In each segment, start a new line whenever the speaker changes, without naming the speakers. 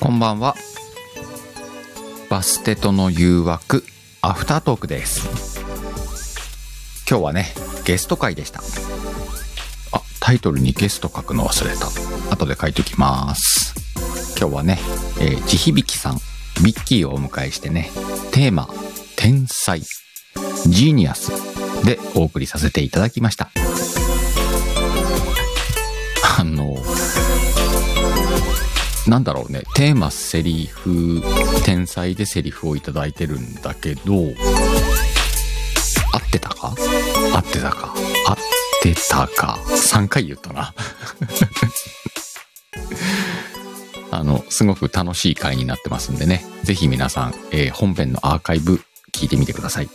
こんばんは。バステとの誘惑、アフタートークです。今日はね、ゲスト会でした。あ、タイトルにゲスト書くの忘れた。後で書いときます。今日はね、えー、地響さん、ミッキーをお迎えしてね、テーマ、天才、ジーニアスでお送りさせていただきました。あの、なんだろうね、テーマ、セリフ、天才でセリフをいただいてるんだけど、合ってたか合ってたか合ってたか ?3 回言ったな。 あの、すごく楽しい回になってますんでね、ぜひ皆さん、えー本編のアーカイブ聞いてみてください。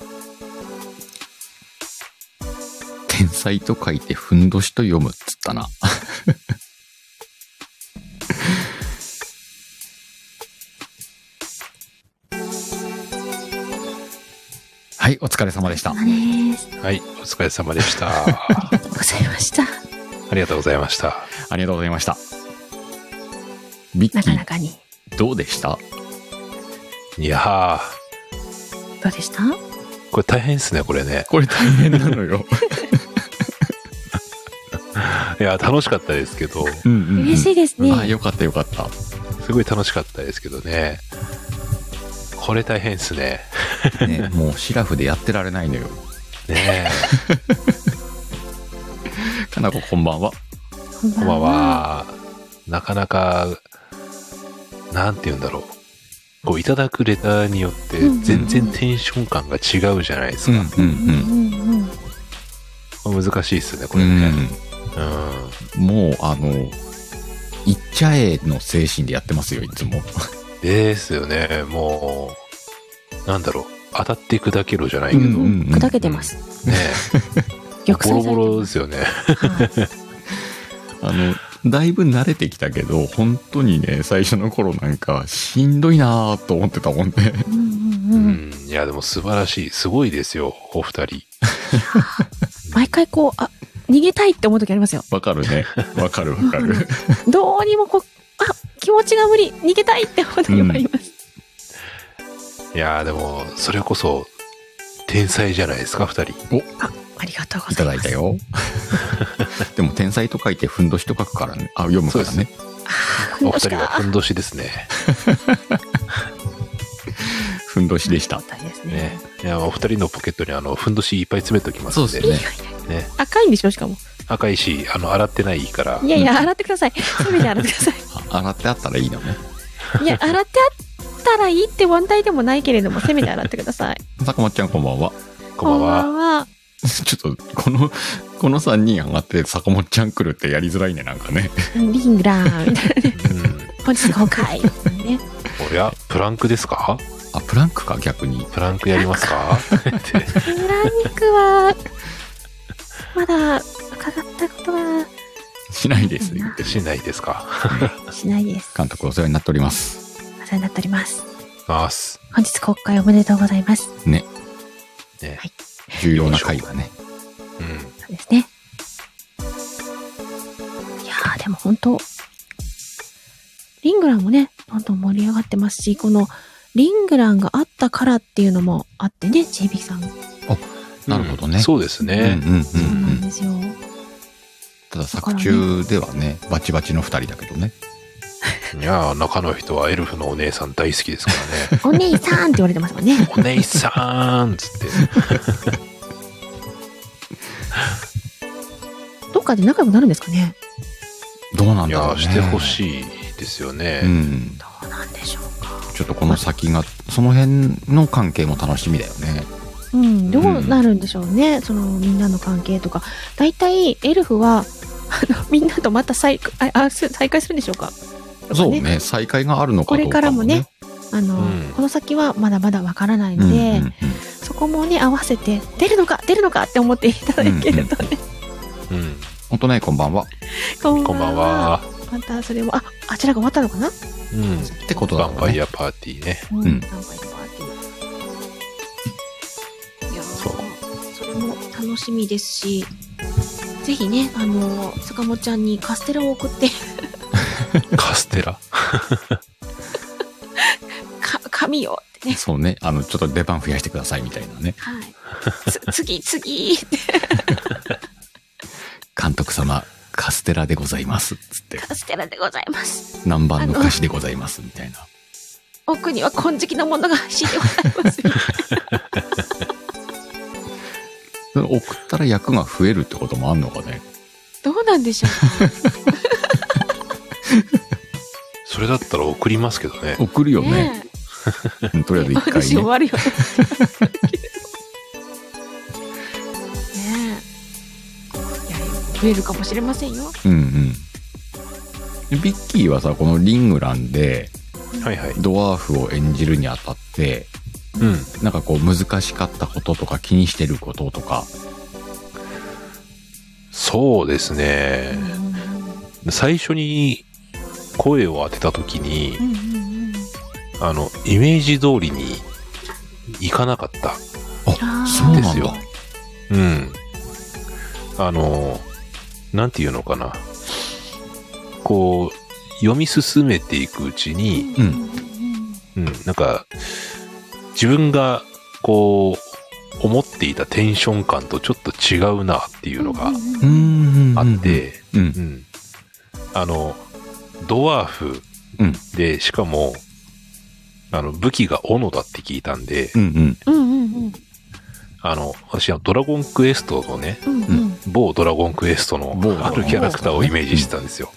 天才と書いてふんどしと読むっつったな。 はい、お疲れ様でした。
です。
はい、お疲れ様でした。 あ
ありがとうございました。
りがとうございました。
ありがとうございました。ビッ
な
キ
かな
ー、
かに。
どうでした
いや
どうでした
ー、これ大変ですね、これね。
これ大変なのよ。
いやー、楽しかったですけ ど、
うんうん、
嬉しいですね。
あ、よかったよかった。
すごい楽しかったですけどね。これ大変ですね。
ね、もうシラフでやってられないのよ。
ね
かなここんばんは。
こん
え、こんば
ばん
ん
は。
は。なかなか、なんて言うんだろう。こう、いただくレターによって
うん、
全然テンション感が違うじゃないですか。
う
うんうんうん。
難しいですね、こ
う
れ
ん
ね。うん。
もう、あの、いっちゃえの精神でやってますよ、いつも。
ですよね、もう、なんだろう。当たって砕けろじゃないけ
う
ど、
んうんうん
砕けてます。
ね
玉砕され
ボロ
てま
ボロですよね。
はい
あの、だいぶ慣れてきたけど、本当にね、最初の頃なんか、しんどいなぁと思ってたもんね。
うんう
うん
うん。
ん、いや、でも素晴らしい。すごいですよ、お二人。
毎回こう、あ、逃げたいって思う時ありますよ。
わかるね。わかるわかる。
どうにもこう、あ、気持ちが無理、逃げたいって思う時もあります。
いや、でも、それこそ、天才じゃないですか、二人。
ありがとうご
いた
ざ
だ
い
い
ま
た
す。
よ。 でも、天才と書いて、ふんどしと書くからね。あ、読むからね。
お二人はふんどしですね。
ふんどしでした。
大変です
ね
ね。。
いや、お二人のポケットに、あの、ふんどしいっぱい詰めておきますんで。
そう
い
で
や
す
い
ね
や
ね。
赤いんでしょしかも。
赤いし、あの、洗ってないから
い。やいや、洗ってください。すべて洗ってくださ
あ洗ってあったらいいのね。
い。いや、洗ってあったらいいって問題でもないけれども、せめて洗ってください。
坂本ちゃんこんばんは。
こんばんは。
は。
ちょっと、この、この3人上がって坂本ちゃん来るってやりづらいね、なんかね。
リングラーンみたいな。
うん。
本日公開。ね。
おや、プランクですか
あ、プランクか、逆に。
プランクやりますかって
フランクは、まだ伺ったことは
しないです、言って
しないですか。
しないです。
監督お世話になっております。
お世話になっております。
ます。
本日公開おめでとうございます。そ
ね。
重要な会はね。
うん。
うですね。いやー、でも本当、リングランもね、どんどん盛り上がってますし、このリングランがあったからっていうのもあってね、JB さん。
なるほどね
そうです
うんうん
ね。
うんうん。
そうなんですよ。
ただ作中ではね、バチバチの2人だけどね。
いや、中の人はエルフのお姉さん大好きですからね。
お姉さんって言われてますもんね。
お姉さんっつって。
どっかで仲良くなるんですかね。
どうなん
い
だ
や
ろう
ー、
ね。
してほ
い。
しいですよね。
うん。
どうなんでしょうか。
ちょっとこの先が、その辺の関係も楽しみだよね。
うん、どうなるんでしょうね、そのみんなの関係とか大体エルフは あのみんなとまた再ああす再会するんでしょうか
そう
とか
ね、再会があるのか
こ
ど
れ
う
か
からも
も
ね
ね。あの、
うん
この先はまだまだわからない
うん
の
うん
で、
うん
そこもね合わせて出るのか出るのかって思っていただけるとね、
うん。
ほんとね、こんばんは。
こんばんは。
またそれもああちらが終わったのかな、
うん。
ってこと
バ
だ
ン
も
パ
ん
イ
ね。
アパーティーね。
うんん、なんかいっぱいあっていやー
そう
それも楽しみですしぜひねあの 坂本ちゃんにカステラを送って
カステラ。
髪よってね。
そうね。あの、ちょっと出番増やしてくださいみたいなね。
はい。つ 次、次って、
監督様、カステラでございます。つって、
カステラでございます。
南蛮の菓子でございます。みたいな。
奥には金色のものが敷いてございます。
それ送ったら役が増えるってこともあんのかね。
どうなんでしょ
それだったら送りますけどね。
送るよ
う
ね。
ね。ね
うんとりあえず
え
一回
話終
ね。
わるよね。 ねえ。いや、増えるかもしれませんよ。
うんうん。でビッキーはさ、このリングランで
はいはい。
ドワーフを演じるにあたって、
うん。
なんかこう難しかったこととか気にしてることとか。
そうですね
う。ん
最初に声を当てた時に
う、んうんうん。
あの、イメージ通りにいかなかった。
あ
あー
そう
で
なん
すよ
だ。
うん。あの、なんていうのかな。こう、読み進めていくうちに、
うん
うん、なんか、自分が、こう、思っていたテンション感とちょっと違うなっていうのが
うーん。
あって、
うん
う。ん。あの、ドワーフ
うん
で、しかも、あの、武器が斧だって聞いたんで、
うんうん。
うんうんうん
あの、私はドラゴンクエストのね、
うんうん
某ドラゴンクエストの
某ドラゴン
あるキャラクターをイメージしてたんですよ。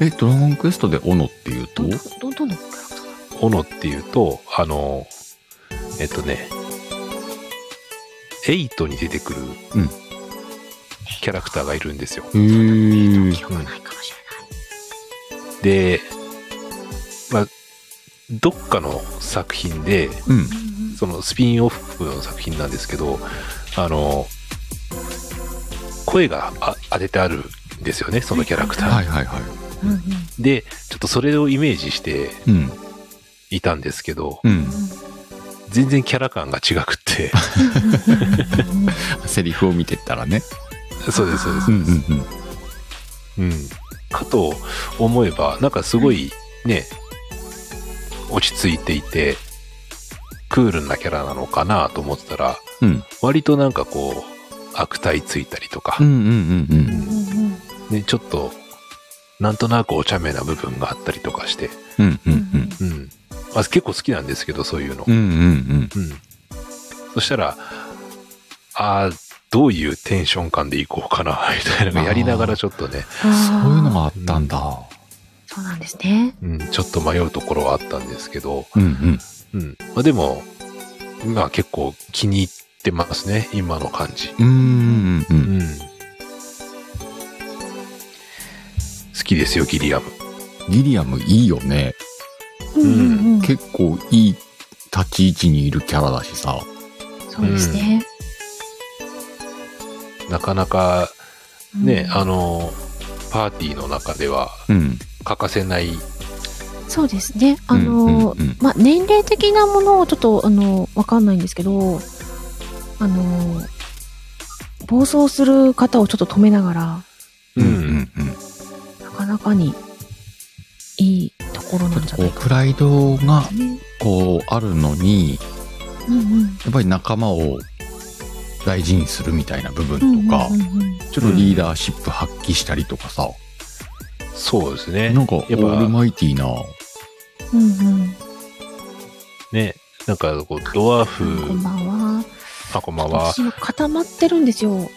え、ドラゴンクエストで斧っていうと
どどどどの
斧っていうと、あの、えっとね、エイトに出てくる
うん
キャラクターがいるんですよ。
へー
記憶ないかもし
で、まあ、どっかの作品で、
うん
れ。ない。うんうん
そのスピンオフの作品なんですけど、あの、声があ当ててあるんですよね、そのキャラクター。
はいはいはい。
うんうん
で、ちょっとそれをイメージして
うん。
いたんですけど、
うん。
全然キャラ感が違 くって、
うんうん
セリフを見てったらね。
そうです、そうです。
うんうんうん。
うん、かと思えばなんかすごいね、落ち着いていてクールなキャラなのかなと思ってたら
うん。
割となんかこう悪態ついたりとか
う、んうんうんうん。
うんうん
ね、ちょっとなんとなくお茶目な部分があったりとかして、
うんうんうん。
うんまあ、結構好きなんですけどそういうの
う、んうん
うんそしたらああどういうテンション感でいこうかなみたいなのがやりながらちょっとね、
うん。そういうのがあったんだ。
そうなんですね。
うん、ちょっと迷うところはあったんですけど、
うんうん。
うん。まあ、でも、まあ結構気に入ってますね、今の感じ。
うんうんう。
うんん。好きですよ、ギリアム。
ギリアムいいよね。
うんうんうん
結構いい立ち位置にいるキャラだしさ。
そうですね。
なかなかね、
うん
あの、パーティーの中では
うん。
欠かせない、
そうですね。あ
うんう
の
んうん、
まあ、年齢的なものをちょっと、あの、わかんないんですけど、あの、暴走する方をちょっと止めながら、
うんうんうん。
なかなかにいいところなんじゃ
こ
な
う
いか
プライドが
なね。
こうあるのに
うんうん。
やっぱり仲間を大事にするみたいな部分
うんうん
とか、
うんうん
ちょっとリーダーシップ発揮したりとかさ、
そうですね。
なんかオ
やっぱ
ールマイティーな
うんうん。
ね、なんかこう、ドワー
こん
フ、
ばんは。
あ、こんばんは。
私も固まってるんですよ。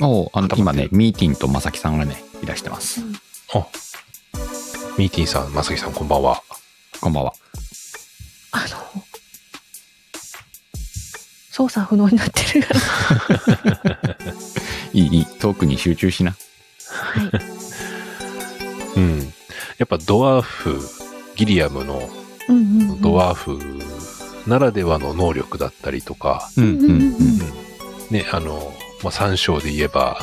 おあの
固
今
まってる
ねミーティンとまさきさんがねいらしてます
あ、ミーティンさん、まさきさん、こんばんは。
こんばんは
あの、操作不能になってる。
いいいいトークに集中しな
はい。
うん。やっぱドワーフ、ギリアムの
うんうんうん
ドワーフならではの能力だったりとか、
うん
うんうんうん
ね、あの、まあ、三章で言えば、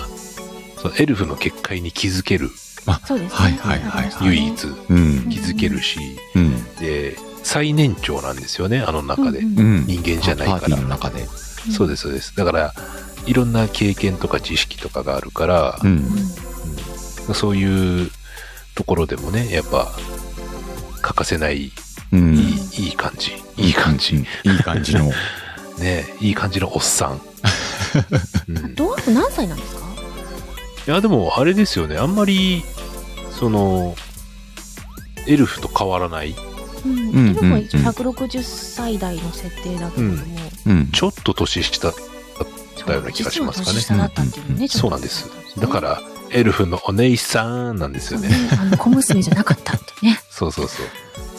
そのエルフの結界に気づける、
そうですね。
はいはいはいはい
唯一
うん
気づけるし、
うん
で、最年長なんですよね、あの中で。
うん
う
うん
ん
人間じゃない
パー
か
ティ
ら
ー。の中で
そうです、そうです。だから、いろんな経験とか知識とかがあるから
う、
うん
ん
そういうところでもね、やっぱ、欠かせない
うん。
いいいい感じいい感じ、
うん。いい感じの。
ねいい感じのおっさん、うんい
ドワーフ何歳なんですか
やでもあれですよねあんまりそのエルフと変わらない
うん
うん
でも一応
うん
160歳代の設定だけれども、
うん。
ちょっと年下だような気がしますかね
実は年下だったっていうの
うん
ね、ちょっと
そうなんですだからエルフのお姉さんなんですよね
あの小娘じゃなかったってね。
そうそうそう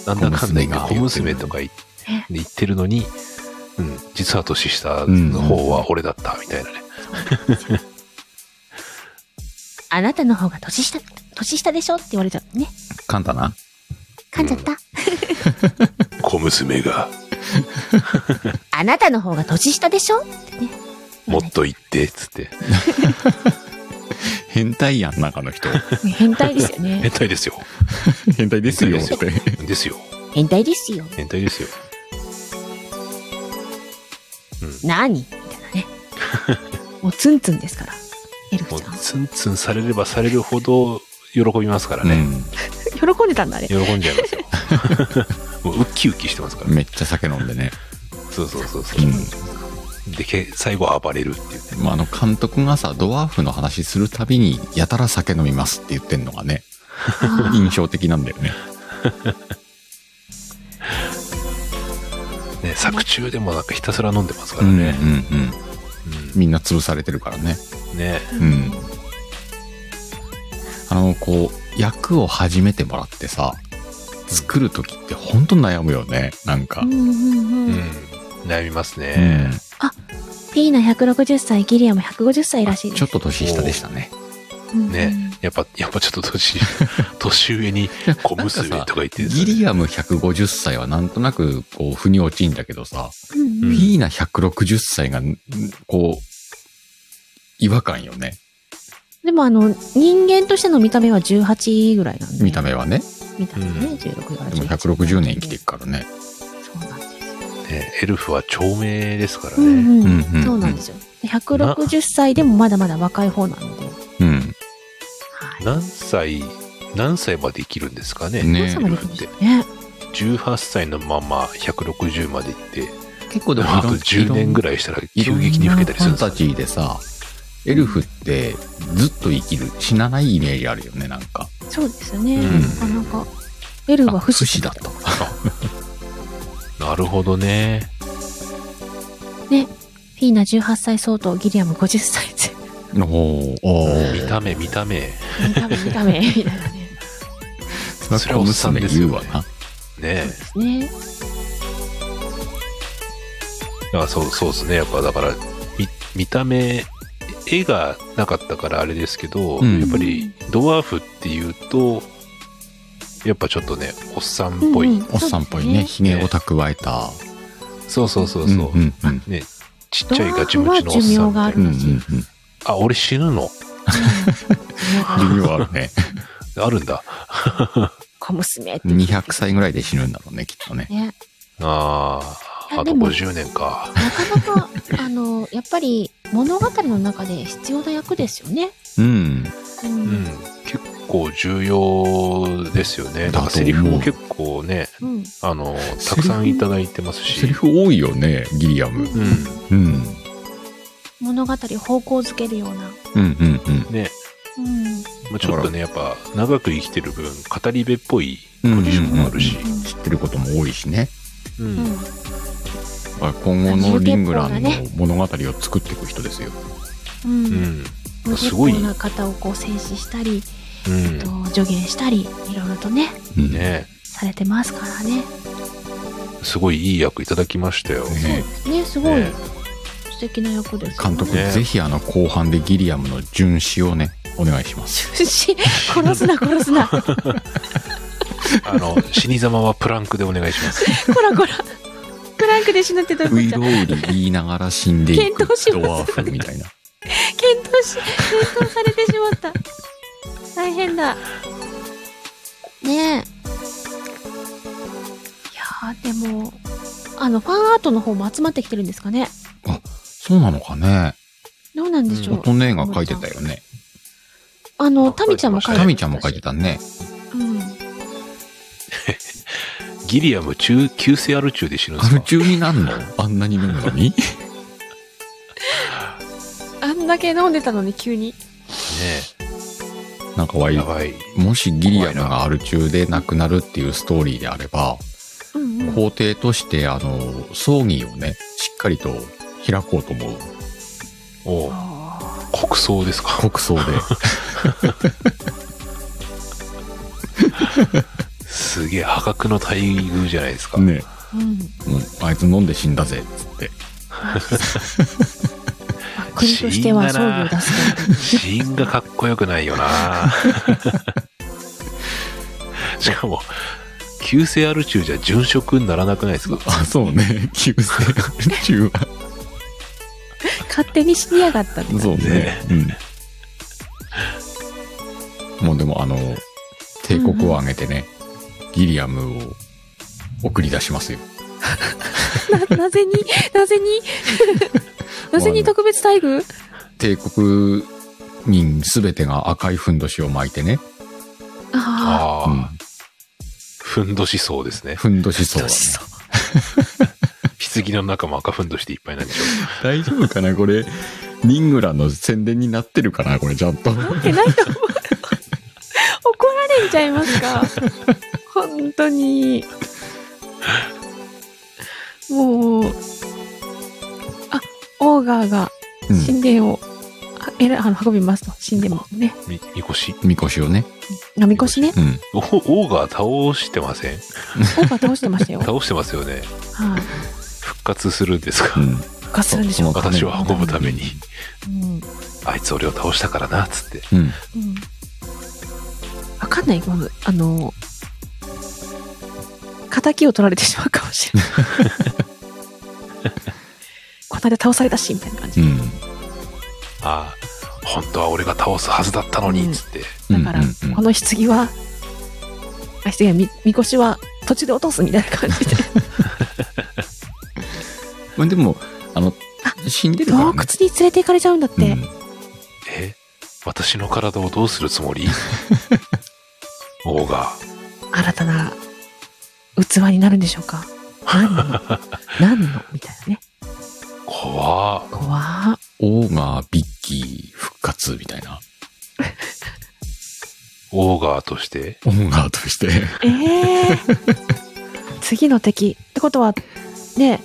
なんだかんだ言って小
小娘
娘
が
とか言っ
ね
言ってるのに、うん、実は年下の方は俺だったみたいなね、
あなたの方が年下、年下でしょって言われちゃうね。
簡単な。
噛んじゃった。
小娘が
あなたの方が年下でしょってね。
もっと言ってっつって
変態やん、中の人。
変態ですよね
変。態ですよ
変態ですよって。
ですよ
変態ですよ。
変態ですよ
何みたいなね。もうツンツンですから。エル
も
フ
う
ちゃん。
ツンツンされればされるほど喜びますからね、
喜んでたんだ、あれ。
喜んじゃいますよ もうウッキウキしてますか
う
ら
ん。
ね
めっちゃ酒飲んでね。。
そうそうそうそううんでけ最後暴れるっていうね
まあ、あの、監督がさ、ドワーフの話するたびに、やたら酒飲みますって言ってんのがね、
あー
印象的なんだよね。
ね作中でもなんかひたすら飲んでますか
う
ら
んうんう
ね、
ん。
う
みんな潰されてるからね。
んね
うん。あの、こう、役を始めてもらってさ、作る時ってほんと悩むよね。なんか
う。んうん
う
うんん。
悩みます
う
ね
ん、
ピーナ160歳、ギリアも150歳らしいです。
ちょっと年下でしたね。
うんうん
ねやっぱやっぱちょっと年 年上に小娘とか言って
ギリアム150歳はなんとなく、こう、腑に落ちんだけどさ、
うん
フ
うん
ィーナ160歳が、んこう、違和感よね。
でもあの、人間としての見た目は18ぐらいなんで。
見た目はね。
見た目ね、16から
でも
18
160年生きていくからね。
そうなんですよ。
ねエルフは長命ですから
う
ね、
ん
う
うんん
うん
そうなんですよ。で160歳でもまだまだ若い方なので。
うん。
はい。
何歳何歳まで生きるんですかね
ね
そうなんですよね。
18歳のまま160までいって
結構でも
あと10年ぐらいしたら急激に老けたりするん
ファン
です
タ
か
ジーでさ、エルフってずっと生きる、死なないイメージあるよね、なんか。
そうですよね。
うん
あなんか、ベルは不
不
死
死だった。
なるほどね
フィーナ18歳相当、ギリアム50歳 って。
おーお
見
ー
た目見た目
見た目、見た目、みたいなね。
それは娘言うわな。
ね
ですね。
だからそうそうですねやっぱだから見見た目絵がなかったからあれですけど、
うん
やっぱりドワーフっていうとやっぱちょっとねおっさんっぽい、
うんうん
おっさんっぽいね、。ひげを蓄えた。
そうそうそうそう、
んうんうん
ねちっ
ド
ちゃ
ワ
い
ー
ガチ
フ
ム
は
チのおっ
寿
さん
命が
みた
あ
い
る
うんう
ら
ん
しい。
うん。
なあ俺死ぬの
寿命あるね。
あるんだ
小娘って。
200歳ぐらいで死ぬんだろうね、きっとね。
ね。
あ
い
あ
や
あと
でも
50年か
なかなか、あの、やっぱり物語の中で必要な役ですよね。
うん。
う
うんん。結構重要ですよね
だと思う
なんかセリフも結構ね
うん。
あのたくさんいただいてます
セ
し
リフ多いよね、ギリアム。
うん
うん。
物語を方向づけるような。
うんうんうん。
ね
うん。
まあ、ちょっとねやっぱ長く生きてる分語り部っぽい
うん
ポジションもあるし、
知ってることも多いしね。
うん
うん。
今後のリングランの物語を作っていく人ですよ。
うん。
う
うん
ん
結
すごい
構な方をこう静止したり、
うん
と助言したり、いろいろとね、
うん
ね
されてますからね。
すごいいい役いただきましたよ、
ね
ね、すごい
ね
素敵な役です、
監督、
ね
ぜひあの後半でギリアムの巡視をね、お願いします。
殺すな、殺すな。こ
あの死に様はプランクでお願いします
らこら。クランクで死ぬってどう
ウ
いう
イ
こ
ロ
と
ーリ言いながら死んでいく
検討します
ドワーフみたいな。
検討し、検討されてしまった。大変だ。ねえ。いやー、でも、あの、ファンアートの方も集まってきてるんですかね。
そうなのかね。
どうなんでしょう。
乙女が書いてたよね。
あの、タミちゃんも書いて
タミちゃんも書いてたね。
うん。
ギリアム中、急性アル中で死ぬんで
ア
す
ル
か
中になんのあんなに飲むのに
あんだけ飲んでたのに急に。
ね
なんかわい
やばい。
もしギリアムがアル中で亡くなるっていうストーリーであれば、
うんうん。
皇帝として、あの、葬儀をね、しっかりと開こうと思う。
おう
あ
国葬ですか。
国葬で。
すげえ破格の待遇じゃないですか。
ね、
ーうん。
うん、あいつ飲んで死んだぜ、つって。
まあ国としては葬儀を出すけれども。
死因がかっこよくないよなしかも急性アル中じゃ殉職にならなくないですか
あ、そう ね。急性アル中は。
勝手に死にやがったって感じ。
そうね
ね。
うん。もうでも、あの、帝国を挙げてね、ギリアムを送り出しますよ。
な、なぜに、なぜ に、なぜに特別待遇
帝国民すべてが赤いふんどしを巻いてね、
あ
ああ、
うん
ふんどしそうですね
ふんどし
あ、
そうだ
どう
ね。
しそう。
棺の中も赤ふんどしでいっぱいなんでしょ
大丈夫かなこれ、リングランの宣伝になってるかなこれ、ちゃんと。
なってないと思う。怒られんちゃいます か本当に。もう、あ、オーガーが
うん。
神殿を、あえらあの運びますと、神殿もね。
うみみこし
みこしをね。
飲み越しね、
うん。
おオーガー倒してません
オーガー倒してまし たよ。はい、
倒してますよね復活するんです
う
か
ん。
復活するんでしょうか。
私を運ぶために
うん。
あいつ俺を倒したからなっつって
うん。
うんわかんない、まず、あの、仇を取られてしまうかもしれない。 この間倒されたし、みたいな感
う
じ。
ん。
ああ本当は俺が倒すはずだったのにっつって、
うん
だから、
うんうん
この棺は、あ、棺は、み、みこしは途中で落とすみたいな 感じで、
まあでも、あの、死んでるから、ね。
洞窟に連れて行かれちゃうんだって。
うん
え私の体をどうするつ もりオーガ
新たな器になるんでしょうか。 何の何のみたいなね。
怖っ
怖ー
オーガー、ビッキー、復活みたいな。
オーガーとして
オーガーとして。
ええ次の敵ってことはね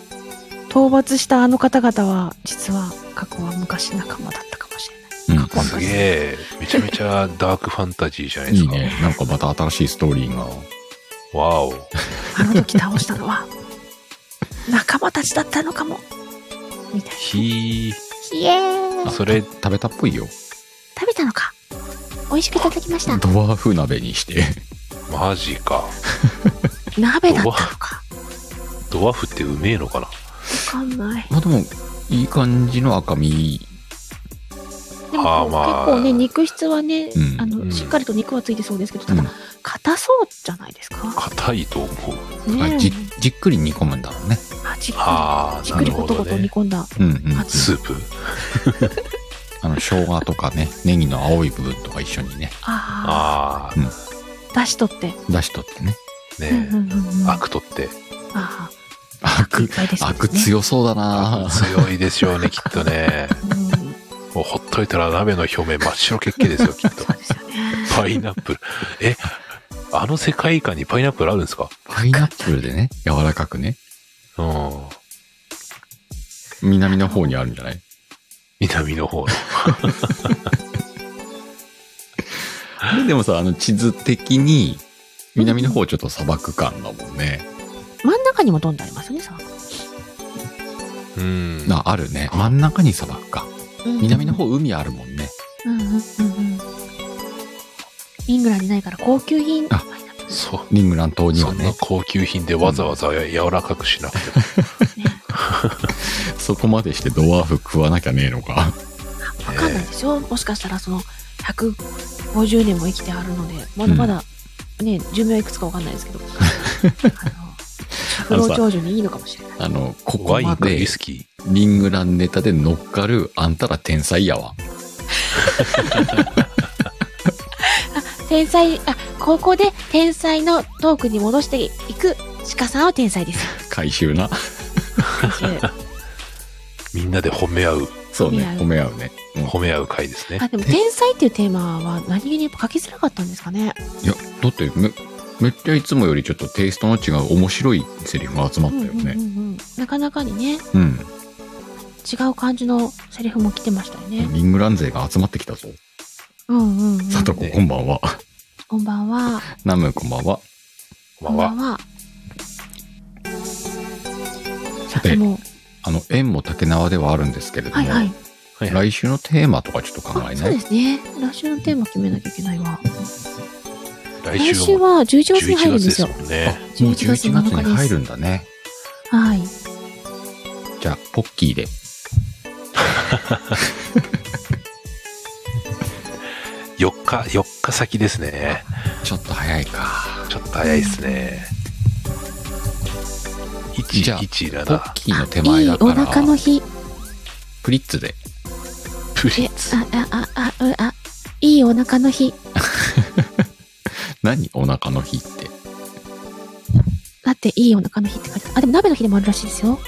討伐したあの方々は実は過去は昔仲間だったかもしれない
うん
過去
すげえめちゃめちゃダークファンタジーじゃないで
い
す
い
か
ね。なんかまた新しいストーリーが。
わお
あの時倒したの は仲間たちだったのかもみたい
ひ
なイエー
ー
イ
それ
食べたっぽいよ。
食べたのか美味しくいただきました
ドワーフ鍋にして。
マジか
鍋だったのか
ドワーフってうめえのかな
わかんない
まあでも、いい感じの赤身。
でも
あーまあ
結構ね肉質はね、
うん
あの
うん
しっかりと肉はついてそうですけど
う
た
ん
だ。硬そうじゃないですか、
硬いと思う
あ
ね
じじっくり煮込むんだろうね。
あじっくり
ああ
じっ
な
くり
る
こ
ほ
と
ど
ごと
ね
煮込んだ
うんうん。
あ
スープ
あの、生姜とかね、ネギの青い部分とか一緒にね、
あ
あ
あ、出しとって。
出しとってね。
あねえア
あ
クトって
あ、
ア
いっ
ク、
ぱいです
アク強そうだな
強いでしょ うねきっとね
うん
もうほっといたら鍋の表面真っ白けっけで すよきっと
そうですよね。
パイナップル。え、あの世界観にパイナップルあるんですか
パイナップルでね、柔らかくね。
うん。
南の方にあるんじゃない
南の方の。
あれで もさ、あの地図的に、南の方ちょっと砂漠感だもんね。
真ん中にもどんどんありますよね、さ。
うん。
な、あるね。真ん中に砂漠か。
うん
南の。方海あるもんね。
うんうんうんうん。イングランドにないから高級品。
あ
パイナップル
そ、
リングラン島に
そ
は
んな
ね。
高級品でわざわざ柔らかくしなくても。
ね
そこまでしてドワーフ食わなきゃねえのか。
わかんないでしょもしかしたらその、150年も生きてあるので、まだまだ、ね、寿命いくつかわかんないです けど。あの、不老長寿にいいのかもしれない。
あの、 ここ
ワイ
ま
ンかウ
で
イスキ
リングランネタで乗っかるあんたら天才やわ。
天才あここで天才のトークに戻していく鹿さんは天才ですよ。
回収な。
回 収
みんなで褒め合う、
そうね、
褒
褒め合うね。うん
褒め合う回ですね
あ。でも天才っていうテーマは何気にやっぱ書きづらかったんですかね。
いや、だってめ、めっちゃいつもよりちょっとテイストの違う面白いセリフが集まったよ
うん
ね。
うんうんうん、なかなかにね
うん。
違う感じのセリフも来てましたよね。
リングラン勢が集まってきたぞ。
うんうん、うん。
さとこ、こんばんは。
こんばんは。
ナムこんばんは。
こんばんは。
は。さ
て
ても
あの、縁も竹縄ではあるんですけれども、
はいはい。
はいはい
来週のテーマとかちょっと考
あ
え
そ
な
うで
い
すね。来週のテーマ決めなきゃいけないわ。
来
来
週
週
は
は11月に入
11
るん
月
で
ですす
よ
も。んね。
あもう11月
11月
に入るんだね。
はい。
じゃあ、ポッキーで。
4日、4日先ですね。
ちょっと早いか。
ちょっと早いですね。
じゃあポ
117
ッ。キーの手
い
前
い
だ
お
から、
腹の日。
プリッツで。
プリ
え
ッ、ツ。
あ、あ、あ、あ、うあ、いいお腹の日。
何お腹の日って。
だっていいお腹の日って書いてある。あ、でも鍋の日でもあるらしいですよ。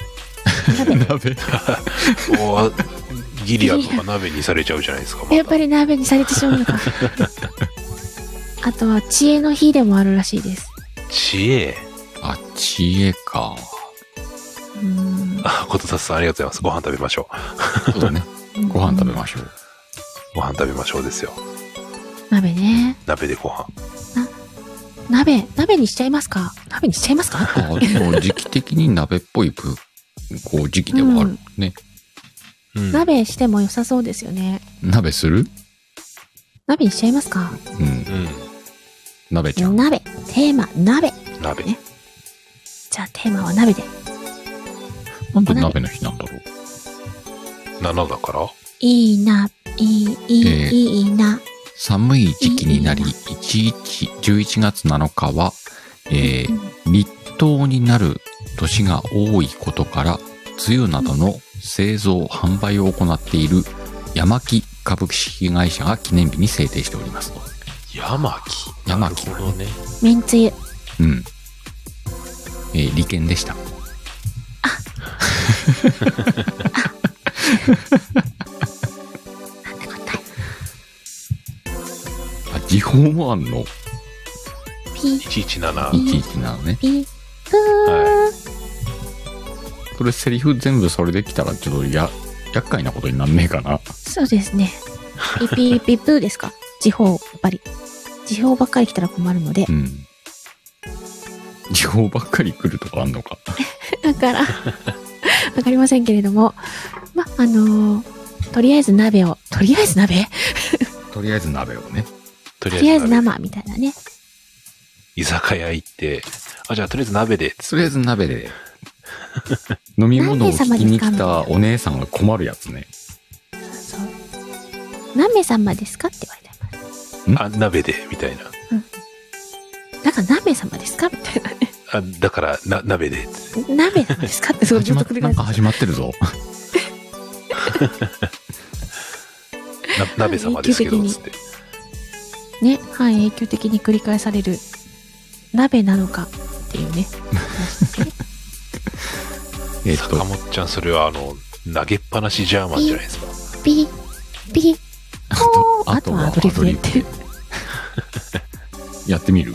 鍋
鍋
おーギリアとか鍋にされちゃうじゃないですか。また
やっぱり鍋にされてしまうのか。あとは、知恵の日でもあるらしいです。
知恵。
あ、知恵か。
うーん。
あ、ことたさんありがとうございます。ご飯食べましょ
そうだね。ご飯食べましょう。
う。ご飯食べましょうですよ。
す。鍋ね。
鍋でご飯。
鍋、鍋にしちゃいますか鍋にしちゃいますか
あでも時期的に鍋っぽいぷこう時期ではあるね、
うん
鍋しても良さそうですよね。
鍋する
鍋にしちゃいますか
うん
うん。
鍋ちゃん
鍋。テーマ、鍋。
鍋。
ねじゃあテーマは鍋で。
なんで鍋の日なんだろう
7だから
いいな、いい、い
えー
い、いいな。
寒い時期になり11 11月7日は、えー
うん
立冬になる年が多いことから梅雨などの製造販売を行っている山木株式会社が記念日に制定しておりますと
山木。
山木
なるほどね。
めんつゆ。
うん、えー利権でした
なんて答え。
あ時報もあんの
ピー、
117。
11なのね
ピー、プー。
それセリフ全部それできたらちょっとや厄介なことになんねえかな
そうですね。ピピピプーで すか時報ばり。時報ばっかり来たら困るので
う。ん時報ばっかり来るとかあんのか
だから、 わかりませんけれども。ま、あのーとりあえず鍋を、とりあえず鍋
とりあえず鍋をね
と
とりあえず
鍋。
生みたいなね。
居酒屋行って。あ、じゃあとりあえず鍋で。
とりあえず鍋 で飲み物を聞きに来たお姉さんが困るやつね
そう。何名様ですかって言われたら。
あ、鍋で。みたいな。
だから何名様ですかみたいなね。
あ、だから、な、鍋で。
何名様ですかってそう
始
ずっ
ま
と
っ
繰り
な
返
ん
す
か。始まってる ぞ
な鍋様ですけど、つって。
ね、半永久的に繰り返される鍋なのかっていう ね。
えっ
坂
と
本ちゃん、それはあの、投げっぱなしジャーマンじゃないですか。
ピピポ
あ
ーあ
と
と
は
はアドリブでっていう。
やってみる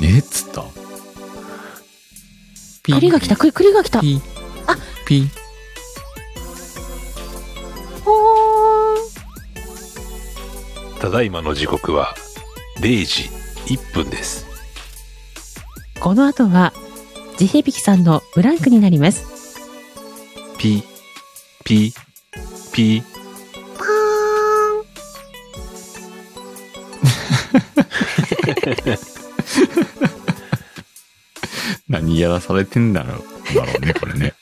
え
えっつったピー
栗が来た、栗栗が来た。
ピー
あ
ピー
ポーン
ただいまの時刻は0時1分です。
この後は、地響きさんのブランクになります。
ピー、ピー、ピー。
ポーン
何やらされてんだろうだろうねこれね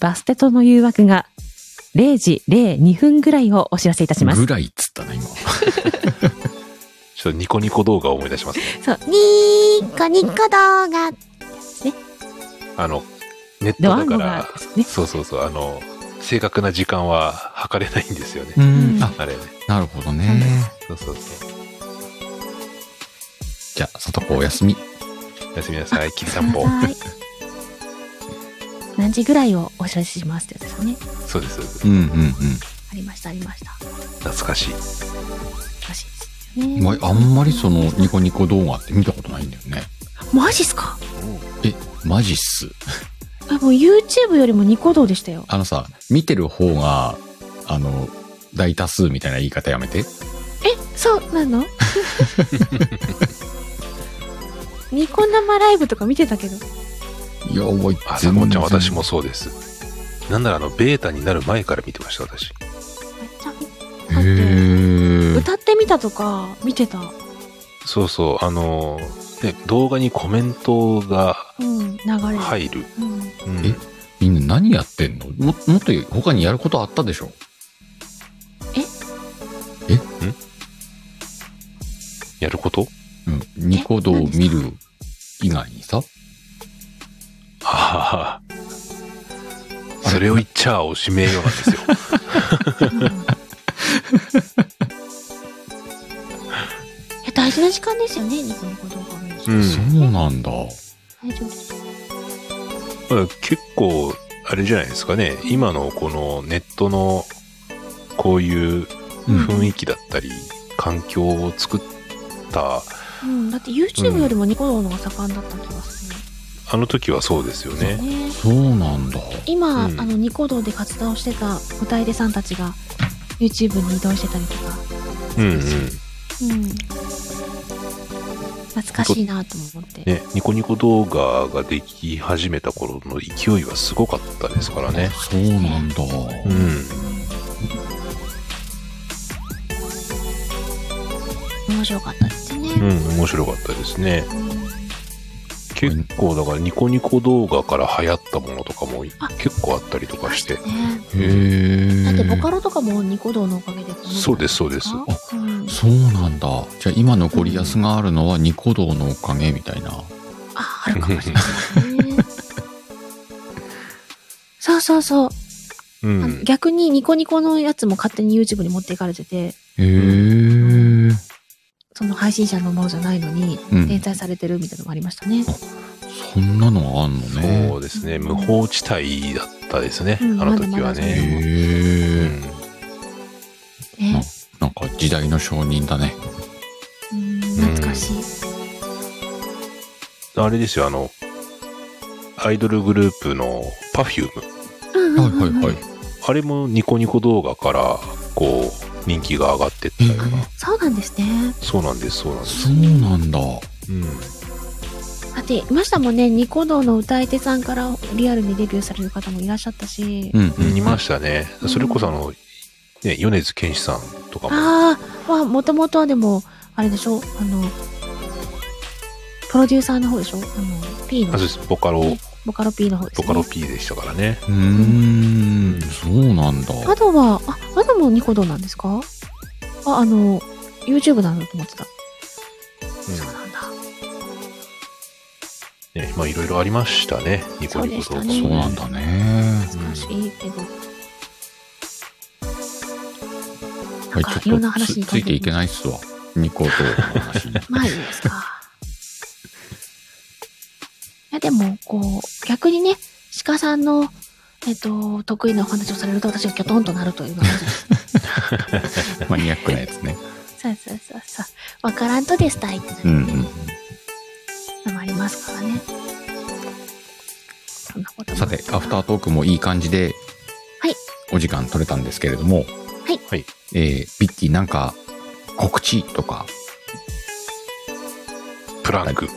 バステとの誘惑が0時02分ぐらいをお知らせ いたします
ぐ。らいっつったな今
ちょっとニコニコ動画を思い出します ね。
そう、ニーコニコ動画。
あの、ネッ
で
ト
は、
だか
のが
ら、
ですね。
そうそうそう、あの、正確な時間は測れないんですよね。
うん
うん
あ
あれね。
なるほどね
そうそうそう。
じゃあ、さとこおやすみ。
おやすみなさい、金散歩。
はい何時ぐらいをお知らせしますってやつですよね。
そうです、そうです
うんうん
ありました、ありました。
懐かしい。
らし
う
いですよね。
ん。まあ、あんまりそのニコニコ動画って見たことないんだよね。
マジっすか
え、マジっす。
あもう YouTube よりもニコ動でしたよ。
あのさ、見てる方が、あの、大多数みたいな言い方やめて。
え、そう なのニコ生ライブとか見てたけど。
いや、覚えて
あ、さこんちゃん、私も。そうです。なんなら、あの、ベータになる前から見てました、私。
めっちゃ
へー。
歌ってみたとか見てた。
そうそう、あのー、ね、動画にコメントが
うん、流れる。
入る。
うん、
うん
えみんな何やってんのももっと他にやることあったでしょ
やること
うん。ニコ動を見る以外にさ。
はあ。それを言っちゃおしめようなんですよ。
うんえ大事な時間ですよね、ニコニコ動画見る人。
うん
そうなんだ。
大丈夫です。
ま あ結構、あれじゃないですかね。今のこのネットのこういう
うん。
雰囲気だったり、環境を作った、
うん、だって YouTube よりもニコ動の方が盛んだった気がす
あの時はそうですよ
る
ね。
ね。
そうなんだ。
今、
うん
あのニコ動で活動してた歌い手さんたちが YouTube に移動してたりとか、
うんうん。
うん、懐かしいなとも思って、
ね、ニコニコ動画ができ始めた頃の勢いはすごかったですからね。
そうなんだ。
うん。
面白かったですよね、
うん、面白かったですね。
うん
結構だからニコニコ動画から流行ったものとかも
あ
結構あったりとかして
ね。
へえ。
だってボカロとかもニコ動のおかげで
そうですそうです
す、うん
そうなんだ。じゃあ今のゴリアスがあるのはニコ動のおかげみたいな。
ああるかもしれないねそうそうそう、
う
あの
ん。
逆にニコニコのやつも勝手に YouTube に持っていかれてて
へえ。
その配信者のものじゃないのに
うん
連。載されてるみたいなのもありましたね。
そんなのあんのね
そ。うですね。無法地帯だったですね。あ
うん
の時は
へ
ね。
え。
ね、
なんか時代の承認だね。
うん、懐かしい。
うんあれですよ、あの、アイドルグループの Perfume。
うん
はい
うんうんうん
はいはい。
あれもニコニコ動画から、こう、人気が上がってったような。
そうなんですね。
そうなんです、そうなんです。
そうなんだ。
うん。
だっていましたもんね、ニコ動の歌い手さんからリアルにデビューされる方もいらっしゃったし。
うんうん。
見ましたね。
うん
それこそあの、ね、米津玄師さんとかも。
ああ、まあ、もともとはでも、あれでしょあの、プロデューサーの方でしょあの、P
あ
の
そう、ですボカロ、
ボカロ P の方ですね。
ボカロ P でしたからね。
うーん。そうなんだ。
あとは、あ、あともニコ動なんですかあ、あの、YouTube なんだと思ってた。そうなんだ。
うん。ね、まあいろいろありましたね。ニコニコ
そ
動
う
画
でし
そう
たね
なんだね。
懐かしいけど。
は
なん
い、
かい
ちょ
ろ
っ
んな
と
話
つ
に
ついていけないっすわ。ニコ動の話に。
まあいいですか。いやでも、こう、逆にね、鹿さんの、えっと、得意なお話をされると私がキョトンとなるという感じです。
マニアックなやつね。
そうそうそうそう。わからんとですたいってな
う
る
んう
ね
ん。
のもありますからね。そんなことも
さて、アフタートークもいい感じで、
はい
お時間取れたんですけれども、
はい
はい
えー、ビッキーなんか、告知とか、
プランク。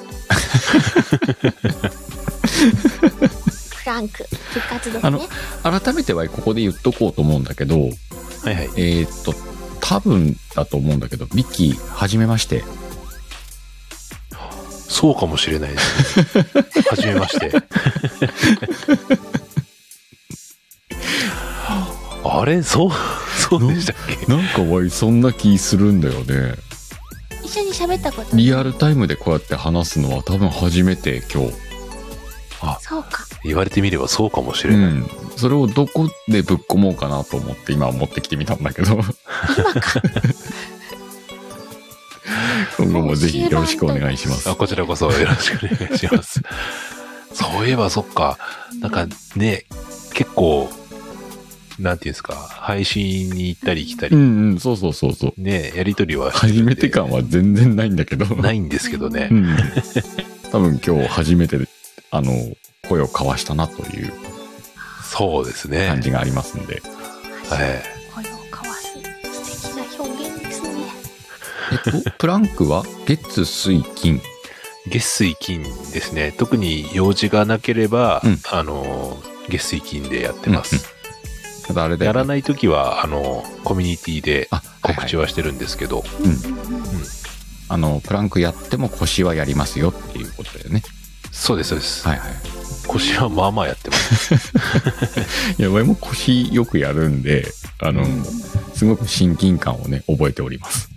フランク、復活で
あ
す
の
ね。
改めてはここで言っとこうと思うんだけど、
はいはい。
えーっと、多分だと思うんだけど、ビッキー、はじめまして。
そうかもしれないですね。はじめまして。あれそう、そうでしたっけ
なんかわい、そんな気するんだよね。
一緒に喋ったこと
リアルタイムでこうやって話すのは多分初めて今日。
そうか。
言われてみればそうかもし
う
れない。
ん。それをどこでぶっ込もうかなと思って今持ってきてみたんだけど。
今か。
今後もぜひよろしくお願いします
あこちらこそよろしくお願いします。そういえばそっか、なんかね、結構、なんていうんですか、配信に行ったり来た
う
り、
んうんそうそうそうそう
ね、やりとりはしてて
初めて感は全然ないんだけど
ないんですけどね
う。ん多分今日初めてあの声を交わしたなという
そうです
感
ね。
じがありますんで、
はい。
声を交わす素敵な表現ですね。
えっとプランクは月水金
月水金ですね。特に用事がなければ、
うん
あの、月水金でやってます。
うんただあれだ
や
よね、
らないときは、あの、コミュニティで
あ
告知
は
はしてるんですけど、
うんうんう
いは
ん
いあのプランクやっても腰はやりますよっていうことだよね
そうです、そうです。
はいはい
腰はまあまあやってます。
い や俺も腰よくやるんであの、
うん
すごく親近感をね覚えております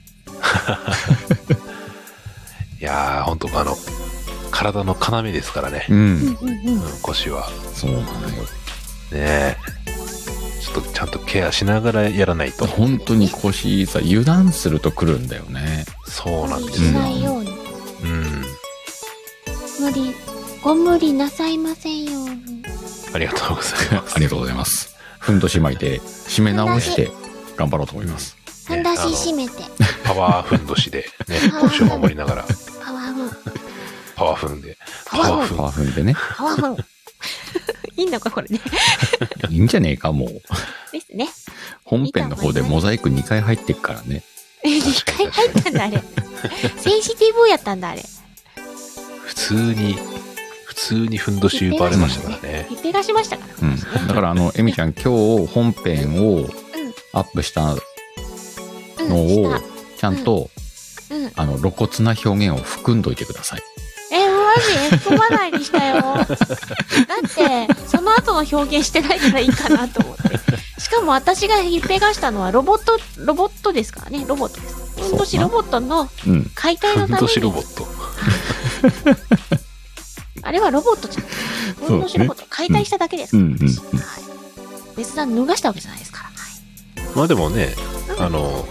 いやー、ほんと、あの、体の要ですからね。
うん
うんうんうん
うん腰は。
そうなのよ
ねえ。ちょっとちゃんとケアしながらやらないと。
本当に腰さ油断するとくるんだよ ね
そうなんで
し
すよ。
ないように。
うん。
無理。ご無理なさいませんように。
ありがとうございま す。
ありがとうございますふんどし巻いて締め直して頑張ろうと思います
ふんどし締めて。
パワーフンどしで、ね、腰を守りながら、
パワーフン。
パワーフンで。
パワーフン。
パワーフンでね
パワーフン。 いいのか、これね。
いいんじゃねえかもう
ですね。
本編の方でモザイク2回入ってっからね
え、2回入ったんだ、あれ。センシティブやったんだ、あれ。
普通に、普通にふんどし奪われましたからね。
一平がしましたから。
うん、だからあ のエミちゃん今日本編をアップした
うん、
の
し
を
た。
ちゃんと、
うん。
あの露骨な表現を含んどいてください
え、マジ含まないにしたよ。だって、その後の表現してないからいいかなと思って。しかも私がひっぺがしたのはロボット、ロボットですからね、ロボットです。ふんどしロボットの
うん
解体の
ふん
た
どし
め
ロ
に、
ボット。
あれはロボットじゃん。 ふんどしロボットを解体しただけですから、
うんうんうんうん
はい。別段脱がしたわけじゃないですから。
まあでもね、あの、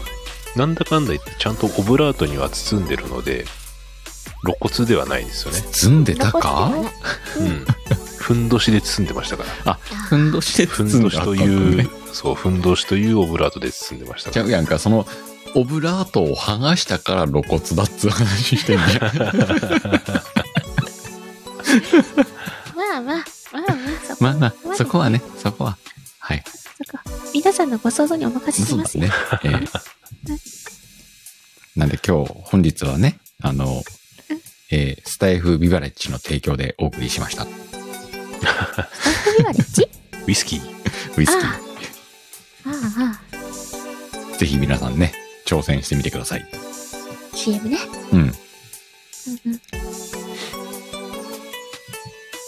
なんだかんだ言ってちゃんとオブラートには包んでるので、露骨ではないですよね。
包んで
ロ
た
ボットで
か
はない
うん。ふんどしで包んでましたから。
ふんどしで包
ふん
ん
ど
であ
し
った
と
ん
い
だね
う、そう、ふんどしというオブラートで包んでました
ち
か
ゃ
ら
う。やんかそのオブラートを剥がしたから露骨だっつう話してんじゃん
まあまあ、まあまあ、そこ
まあまあそこはねそこははい
そこ。皆さんのご想像にお任せし
そう
ま
だ
すよ。
ね、ええなんで今日本日はねあの、えースタイフビバレッジの提供でお送りしました
スタッフには レッジ
ウイスキー。
ウイスキ
あ
ー
あ。ああ、あ
ぜひ皆さんね挑戦してみてください
あ。CM ね。
うん
うんうん。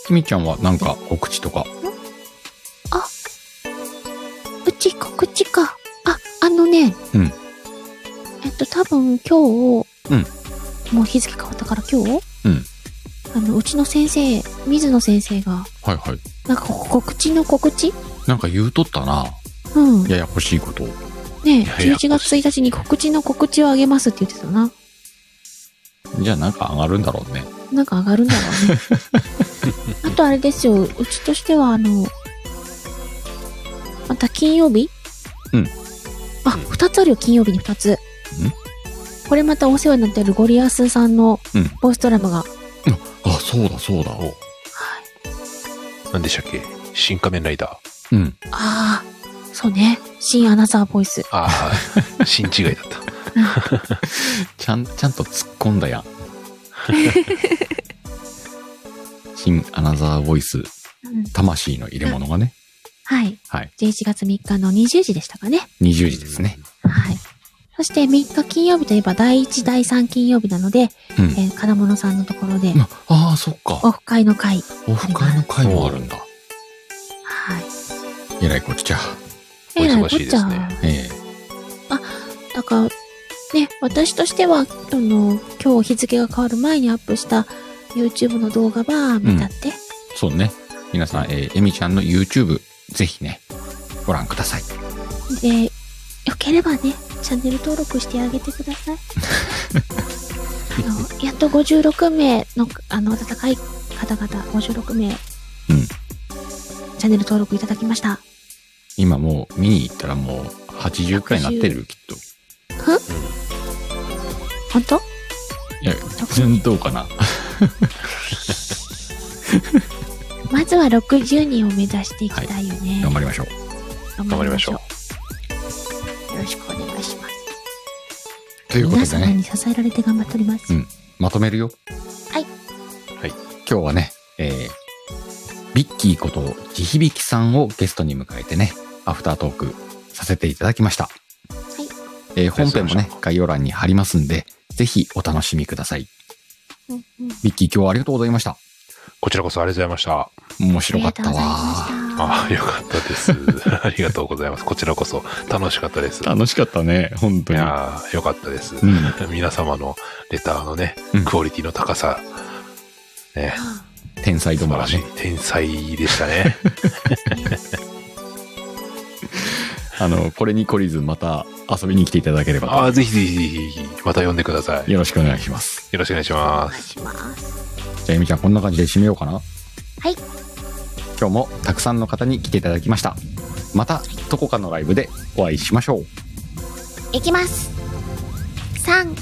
きみちゃんはなんか告知とか
うち告知か。あ、あのね。
うん
えっと、多分今日、
うん
もう日付変わったから今日
うん
あの、うちの先生、水野先生が、
はいはい
なんか告知の告知
なんか言うとったな
うん。ね
やや欲しいことを
いや
11月1日に告知の告知をあげますって言ってたな。
じゃあなんか上がるんだろうね
なんか上がるんだろうね。あとあれですよ、うちとしてはあの、また金曜日
うん。
あ、
うん
二つあるよ、金曜日に二つ。これまたお世話になってるゴリアスさんの
うん
ボイスドラムが、
あそうだそうだ
おなんでしたっけ新仮面ライダー。
うん
ああ、そうね、新アナザーボイス。
ああ、新違いだった。
ちゃんちゃんと突っ込んだやん新アナザーボイス
うん、
魂の入れ物がね
はい。
はい
11月3日の20時でしたかね。
20時ですね
はい。そして3日金曜日といえば第1、第3金曜日なので、
うん
えー金物さんのところで、
ああーそっか
オフ会の会。
オフ会の会もあるんだ
はい。
えらいこっちゃ
お忙しいですね
えらこっち
え
ゃだから、ね、私としては、あの、今日日付が変わる前にアップした YouTube の動画ば見たって。
えそうね皆さんえーえみちゃんの YouTube ぜひねご覧ください
で、よければね、チャンネル登録してあげてください。やっと56名の、あの、温かい方々、56名、
うん
チャンネル登録いただきました。
今もう見に行ったらもう80くらいになってるきっと
本当
いやうんどうかな
まずは60人を目指していきたいよね。
頑張りましょう
頑張りましょう
う。よろしくお願いします。
ということ
皆
で
様
ね
に支えられて頑張っております。
うんまとめるよ
はい
はい
今日はねえービッキーこと地響さんをゲストに迎えてねアフタートークさせていただきました、えー本編もね概要欄に貼りますんでぜひお楽しみください
うんうん
ビッキー今日はありがとうございました
こちらこそありがとうございました。
面
あ
白
り
か
が
っ
とうご
た
ざいま
わ
した。
ああ、よかったです。 ありがとうございます。こちらこそ楽しかったです。い
楽しかったね本当に
やーよかったです。
うん、
皆様のレターのね
うん、
クオリティの高さ、ね、
天才ど
素
も
晴
が
らしい
ね。
天才でした ね。
あのこれに懲りずまた遊びに来ていただければと
ああ、ぜひぜひぜひぜひ、また呼んでください。よ
よろしくお願いします。
ろしくお願いし
お
ま
願い
す。
します。
じゃあ、ゆみちゃん、こんな感じで締めようかな。
はい。
今日もたくさんの方に来ていただきました。また、どこかのライブでお会いしましょう。
いきます。3、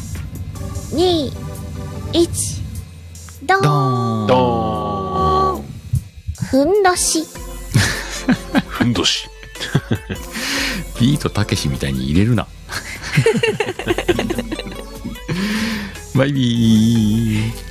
2、1、
ド
ドーン
ーン
どーん。
ふんどし。
ふんどし。
ビートたけしみたいに入れる な。バイビー。